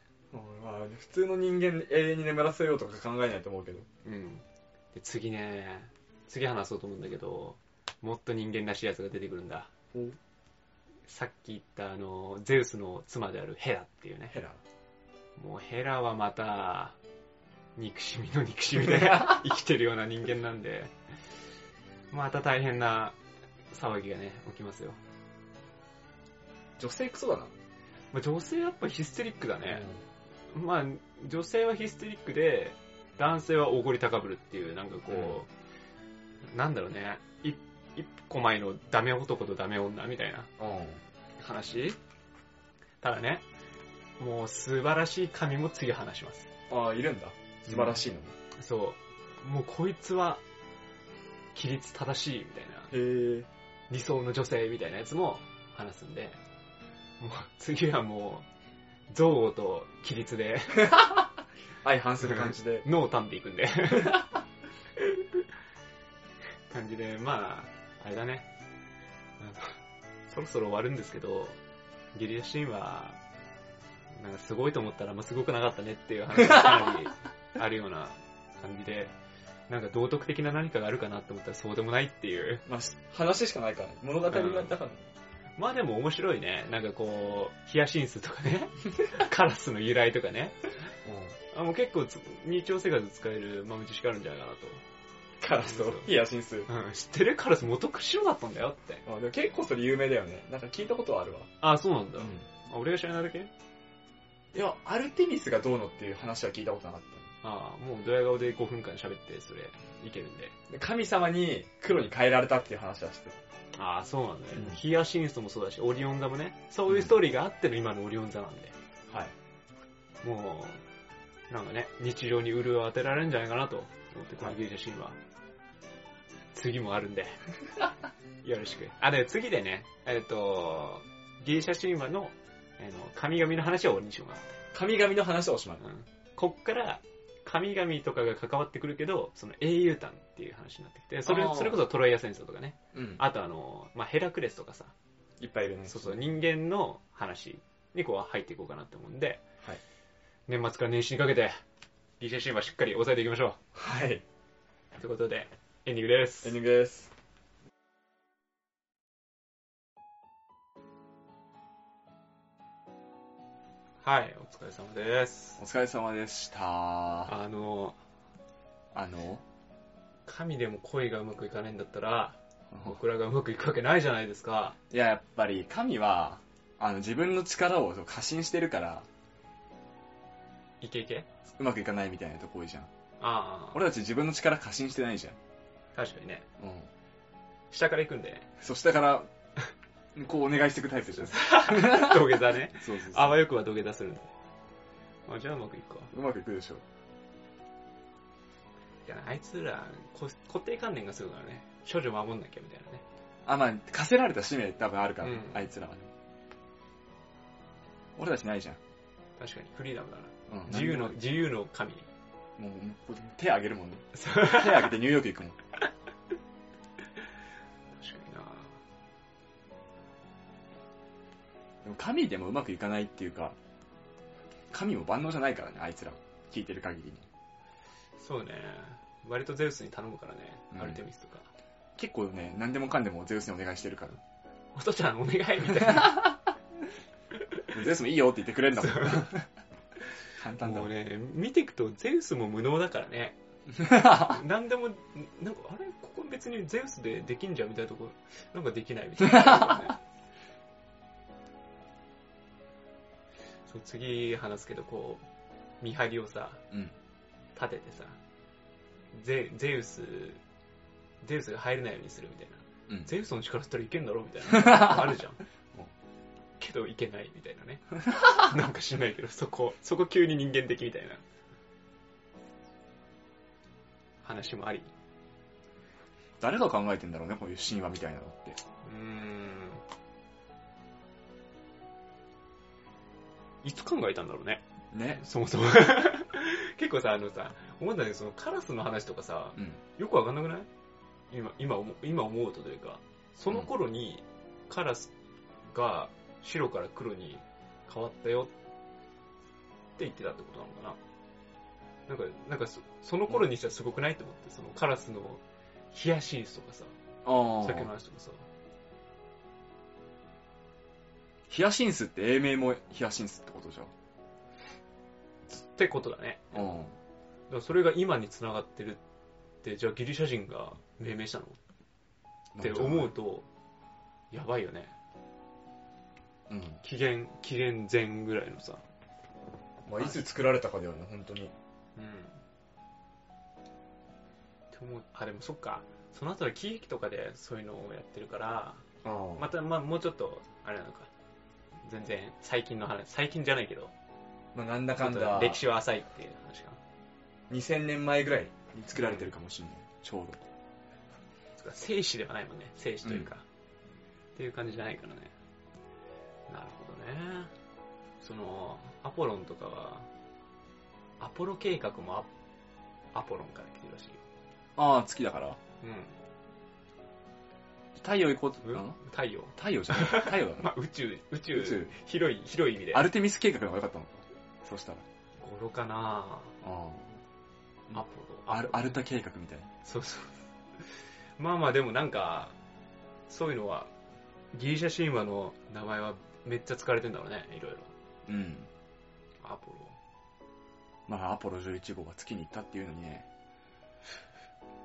まあ、普通の人間永遠に眠らせようとか考えないと思うけど。
うん。で、次ね、次話そうと思うんだけど、もっと人間らしいやつが出てくるんだ。
お
さっき言ったあの、ゼウスの妻であるヘラっていうね。
ヘラ。
もうヘラはまた、憎しみの憎しみで 生きてるような人間なんで、また大変な騒ぎがね、起きますよ。
女性クソだな。
まあ、女性やっぱヒステリックだね。まあ、女性はヒステリックで、男性はおごり高ぶるっていう、なんかこう、なんだろうね、い一個前のダメ男とダメ女みたいな
うん。うん。
話ただね、もう素晴らしい髪も次話します。
ああ、いるんだ。素晴らしいのね。
そう。もうこいつは、規律正しいみたいな。
へえ。
理想の女性みたいなやつも話すんで、もう次はもう、憎悪と規律で、
相反する感じで。
脳を単でいくんで。感じで、まあ、あれだね。あのそろそろ終わるんですけど、ゲリラシーンは、なんかすごいと思ったら、まあ、すごくなかったねっていう話がかなりあるような感じで、なんか道徳的な何かがあるかなと思ったらそうでもないっていう。
まあ、し話しかないからね。物語があったからね。
まあでも面白いね。なんかこう、ヒヤシンスとかね、カラスの由来とかね。
うん。
あもう結構つ日常生活で使える豆知識あるんじゃないかな
カラスとヒヤシンス。
と。うん、知ってるカラス元白だったんだよって。
あでも結構それ有名だよね。なんか聞いたことはあるわ。
あ、そうなんだ。あ俺が知らないだけ
いや、アルテミスがどうのっていう話は聞いたことなかっ
あもうドヤ顔で5分間喋って、それ、いけるんで。
た。で神様に黒に変えられたっていう話はしてる。
ああ、そうなんだね、
うん
ヒヤシンスもそうだし、オリオン座もね、そういうストーリーがあっての今のオリオン座なんで。
はい。
もう、なんかね、日常に潤いを当てられるんじゃないかなと思って、このギリシャ神話。次もあるんで。 よろしく。あ、で、次でね、えっ、と、ギリシャ神話の、えーの、神々の話は終わりにしようか
神々の話はおしまい。
な。うん。こっから、神々とかが関わってくるけど、その英雄譚っていう話になってきて、それ
あ、ー
それこそトロイア戦争とかね。
うん。
あとあの、まあ、ヘラクレスとかさ、
いっぱいいるね。
そうそう、人間の話にこう入っていこうかなって思うんで、
はい
年末から年始にかけて、リセシンはしっかり抑えていきましょ
はい。
う。ということで、エンディングです。
エンディングです。
はい、お疲れ様です。
お疲れ様でした。
あの、
あの、
神でも恋がうまくいかないんだったら、僕らがうまくいくわけないじゃないですか。
いや、やっぱり神は、あの、自分の力を過信してるから、
いけいけ
うまくいかないみたいなとこ多いじゃん。
ああ、
俺たち自分の力過信してないじゃん。
確かにね。
うん。
下から行くんでね。
そしたから、 こうお願いしてくタイプじゃん。そう
土下座ね。
そうそう。
あわよくは土下座するんだ。あじゃあうまくいくか。
うまくいくでしょ。
いやあいつら、こ固定観念がするからね。処女守んなきゃみたいなね。
あ、まあ、課せられた使命多分あるから、
うん
あいつらはね。俺たちないじゃん。
確かに、フリーダムだな。
うん
自由の、自由の神。
もう、もう手あげるもんね。
そう
手あげてニューヨーク行くもん。
確かにな
でも神でもうまくいかないっていうか、神も万能じゃないからね、あいつら。聞いてる限りね。
そうね。割とゼウスに頼むからね
う。ん
アルテミスとか。
結構ね、何でもかんでもゼウスにお願いしてるから。
お父ちゃんお願いみた いな。
ゼウスもいいよって言ってくれるんだもん。簡単だ
もう
も。
んね、見ていくとゼウスも無能だから ね。なんでも、なんかあれここ別にゼウスでできんじゃんみたいなとこ、なんかできないみたい な。そう、次話すけど、こう、見張りをさ、
うん。
立ててさ、ゼゼウス、ゼウスが入れないようにするみたいな。
うん。
ゼウスの力だったらいけんだろみたいな。あるじゃん
うん。
けどいけないみたいなね。なんか知んないけど、そこ、そこ急に人間的みたいな。話もあり。
誰が考えてんだろうね、こういう神話みたいなのって。
うーん。いつ考えたんだろうね。
ね。
そもそ も。結構さ、あのさ、思うんだけど、そのカラスの話とかさ、
うん。
よくわかんなくない今、今思う、今思うとというか、その頃にカラスが白から黒に変わったよって言ってたってことなのかななんか、なんかそその頃にしてはすごくないと思って、そのカラスのヒヤシンスとかさ、
あ
さっきの
あ。
話とかさ、
ヒヤシンスって英名もヒヤシンスってことじゃ
ってことだね。
ん。うん。
だからそれが今に繋がってるって、じゃあギリシャ人が命名したのって思うと、やばいよね。
うん
期限期限前ぐらいのさ、
まあ、いつ作られたかだよね本当に
うんでもあでもそっかその後の喜劇とかでそういうのをやってるから
ああ
また、まあ、もうちょっとあれなのか全然最近の話最近じゃないけど
まあ、なんだかん
ちょっ
だ
と歴史は浅いっていう話か
2000年前ぐらいに作られてるかもしれないちょうど
な生死ではないもんね生死というか、っていう感じじゃないからねなるほどねそのアポロンとかはアポロ計画もアアポロンから来てるらしいよ
ああ月だから
うん
太陽行こうと、
う
うん
太陽。
太陽じゃない太陽だな
まあ、宇宙、宇宙、
宇宙
広い、広い意味で。
アルテミス計画の方が良かったのそうしたら
語呂かな
あうん
アポロ。
あアルアルタ計画みたいな
そうそう。まあまあ、でもなんか、そういうのは、ギリシャ神話の名前はめっちゃ使われてんだろうね、いろいろ。
うん
アポロ。
まあアポロ11号が月に行ったっていうのにね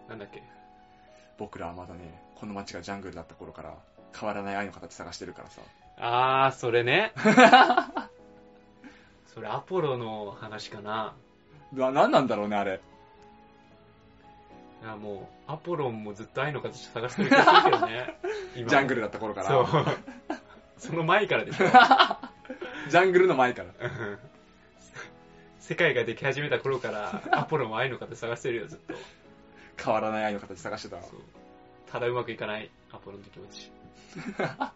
なんだっけ。
僕らはまだねこの街がジャングルだった頃から変わらない愛の形探してるからさ
あー、それ ね。それアポロの話かな。
な何なんだろうねあれ
あもう、アポロンもずっと愛の形探してる気がするけどね。
ジ
今
ャングルだった頃から
そう。その前からでしょ。
ジャングルの 前から
うん世界ができ始めた頃から、アポロも愛の方探してるよ、ずっと。
変わらない愛の形探してたわ
そうただうまくいかない、アポロの気持ち。
まあ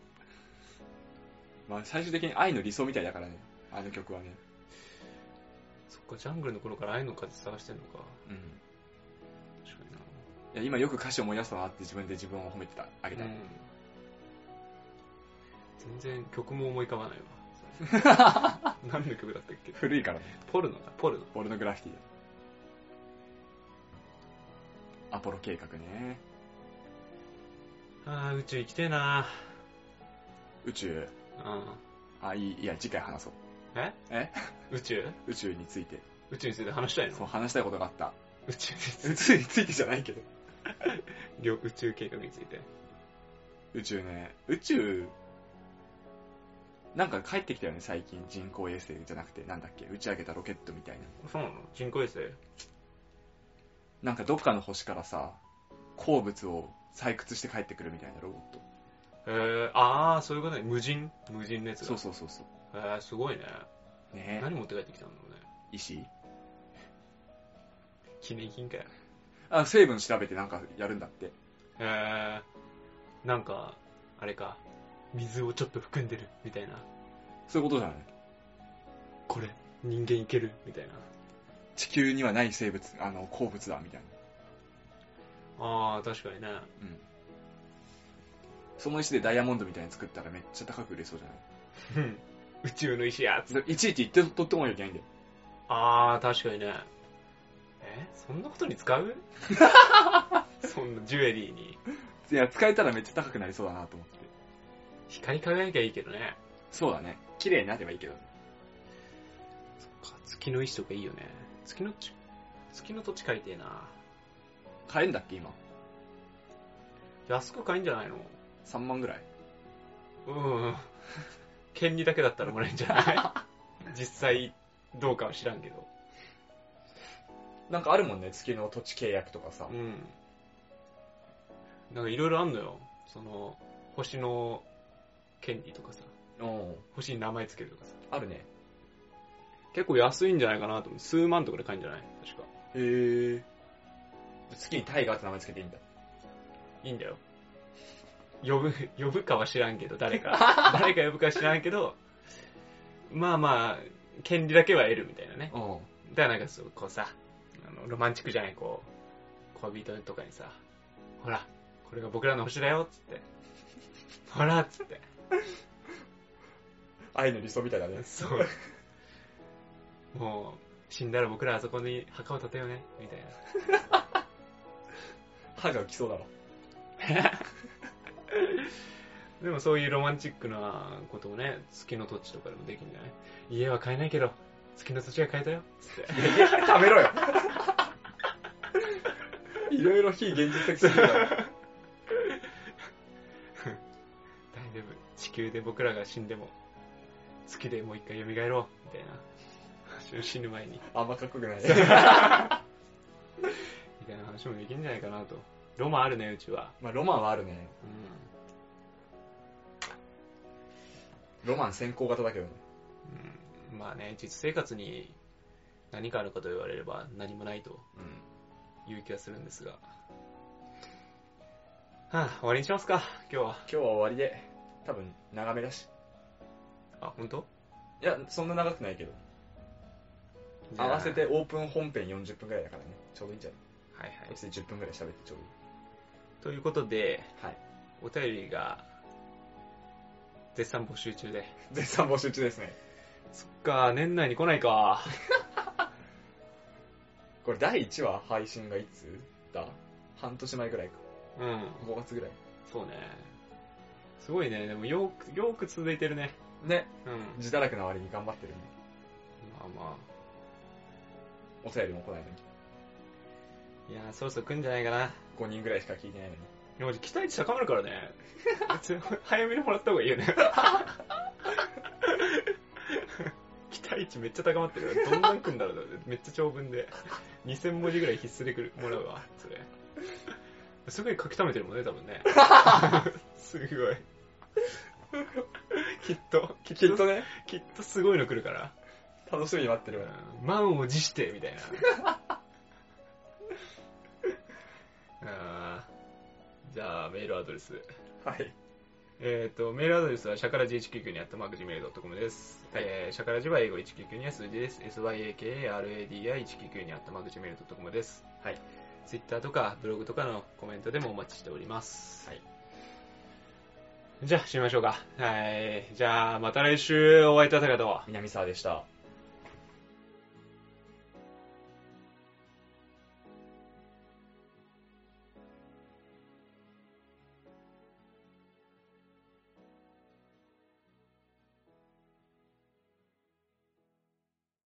最終的に愛の理想みたいだからねあの曲はね
そっか、ジャングルの頃から愛の方探してるのか。
うん
確か
いや今よく歌詞思い出したなって自分で自分を褒めてたあげ
に
た、
な。うん。全然曲も思い浮かばないわ。 それ何の曲だったっけ
古いからね
ポルノだ、ポルノ。
ポルノグラフィティアポロ計画ね
あー、宇宙行きてえな
宇宙
うん。
あいいいや次回話そう
え
え
宇宙
宇宙について
宇宙について話したい
そ
の
う話したいことがあった
宇宙について
宇宙についてじゃないけど
りょ宇宙計画について。
宇宙ね宇宙なんか帰ってきたよね最近人工衛星じゃなくてなんだっけ打ち上げたロケットみたいな
そうなの人工衛星
なんかどっかの星からさ鉱物を採掘して帰ってくるみたいなロボット
えー、あー、そういうことね。無人無人のやつだ
そうそうそうそ
えー、すごいね。
うね
何持って帰ってきたんだろうね。
石
記念品かよ。
あ成分調べてなんかやるんだって
えー、なんか、あれか、水をちょっと含んでる、みたいな。
そういうことじゃない
これ、人間いける、みたいな。
地球にはない生物あの鉱物だみたいな
あー、確かにね。
その石でダイヤモンドみたいに作ったらめっちゃ高く売れそうじゃな
う
い
ん宇宙の石やつ。
それいちいち言って取ってもらわなきゃいけないんだよ
あー、確かにね。えそんなことに使 うそんなジュエリーに。
いや使えたらめっちゃ高くなりそうだなと思って
光り輝きゃいいけどね。
そうだね綺麗になればいいけど
月の石とかいいよね。月のち、月の土地買いてえな。
買えんだっけ今
安く買えんじゃないの
3万ぐらい
うん。権利だけだったらもらえんじゃない 実際、どうかは知らんけど。
なんかあるもんね月の土地契約とかさ
うん。なんかいろいろあんのよ。その、星の権利とかさ、
うん
星に名前つけるとかさ。
あるね
結構安いんじゃないかなと思う。数万とかで買えんじゃない確か。
へえ月にタイガーって名前つけていいんだ
いいんだよ。呼ぶ、 呼ぶかは知らんけど、誰か。 誰か呼ぶかは知らんけど、まあまあ、権利だけは得るみたいなね。
うん
だからなんかそう、こうさ、あの、ロマンチックじゃない、こう、恋人とかにさ、ほら、これが僕らの星だよ、つって。ほら、つって。
愛の理想みたいだね
そう。もう、死んだら僕らあそこに墓を建てようね、みたいな。
歯が浮き そうだろ
でもそういうロマンチックなことをね、月の土地とかでもできるんじゃない家は買えないけど、月の土地は買えたよ、つって。
やめろよ いろいろ非現実的すぎるだろ
大丈夫。地球で僕らが死んでも、好きでもう一回蘇ろうみたいな死ぬ前に
あんまかっこよくない。
みたいな話もできるんじゃないかなとロマンあるねうちは、
まあ、ロマンはあるね。
う
ロマン先行型だけどね。
んうん、まあね実生活に何かあるかと言われれば何もないという気がするんですがはあ終わりにしますか今日は
今日は終わりで、多分長めだし。
あ本当
いや、そんな長くないけど。合わせてオープン本編40分くらいだからね。ちょうどいいんじゃない
はいはい
別に10分くらい喋ってちょうどいい。
ということで
はい。
お便りが絶賛募集中で
絶賛募集中ですね。
そっか年内に来ないか
これ第1話配信がいつだ半年前くらいか。
うん
5月ぐらい。
そうねすごいねでもよくよく続いてるね
ね。
うん
自堕落な割に頑張ってるね。
まあま
お便りも来ないのに。
あいやーそろそろ来るんじゃないかな
5人くらいしか聞いてないのに。
でも期待値高まる からねちょ早めにもらった方がいいよね期待値めっちゃ高まってるからどんなん来んだろうなめっちゃ長文で2000文字ぐらい必須で来るもらうわそれすごい書き溜めてるもんね多分 ねすごいきっときっ
きっ
と
とね、
きっとすごいの来るから
楽しみに待ってるわ。
うん満を持してみたい なあーじゃあメールアドレス
はい。
えっ、とメールアドレスはシャカラジ199にあったマーク Gmail.com です、
はい
えーシャカラジは英語199には数字です SYAKARADI199 にあったマーク Gmail.com です
はい
ツイッターとかブログとかのコメントでもお待ちしております、
はい
じゃあ締めましょうかはいじゃあまた来週お会いいたい方は
南沢でした。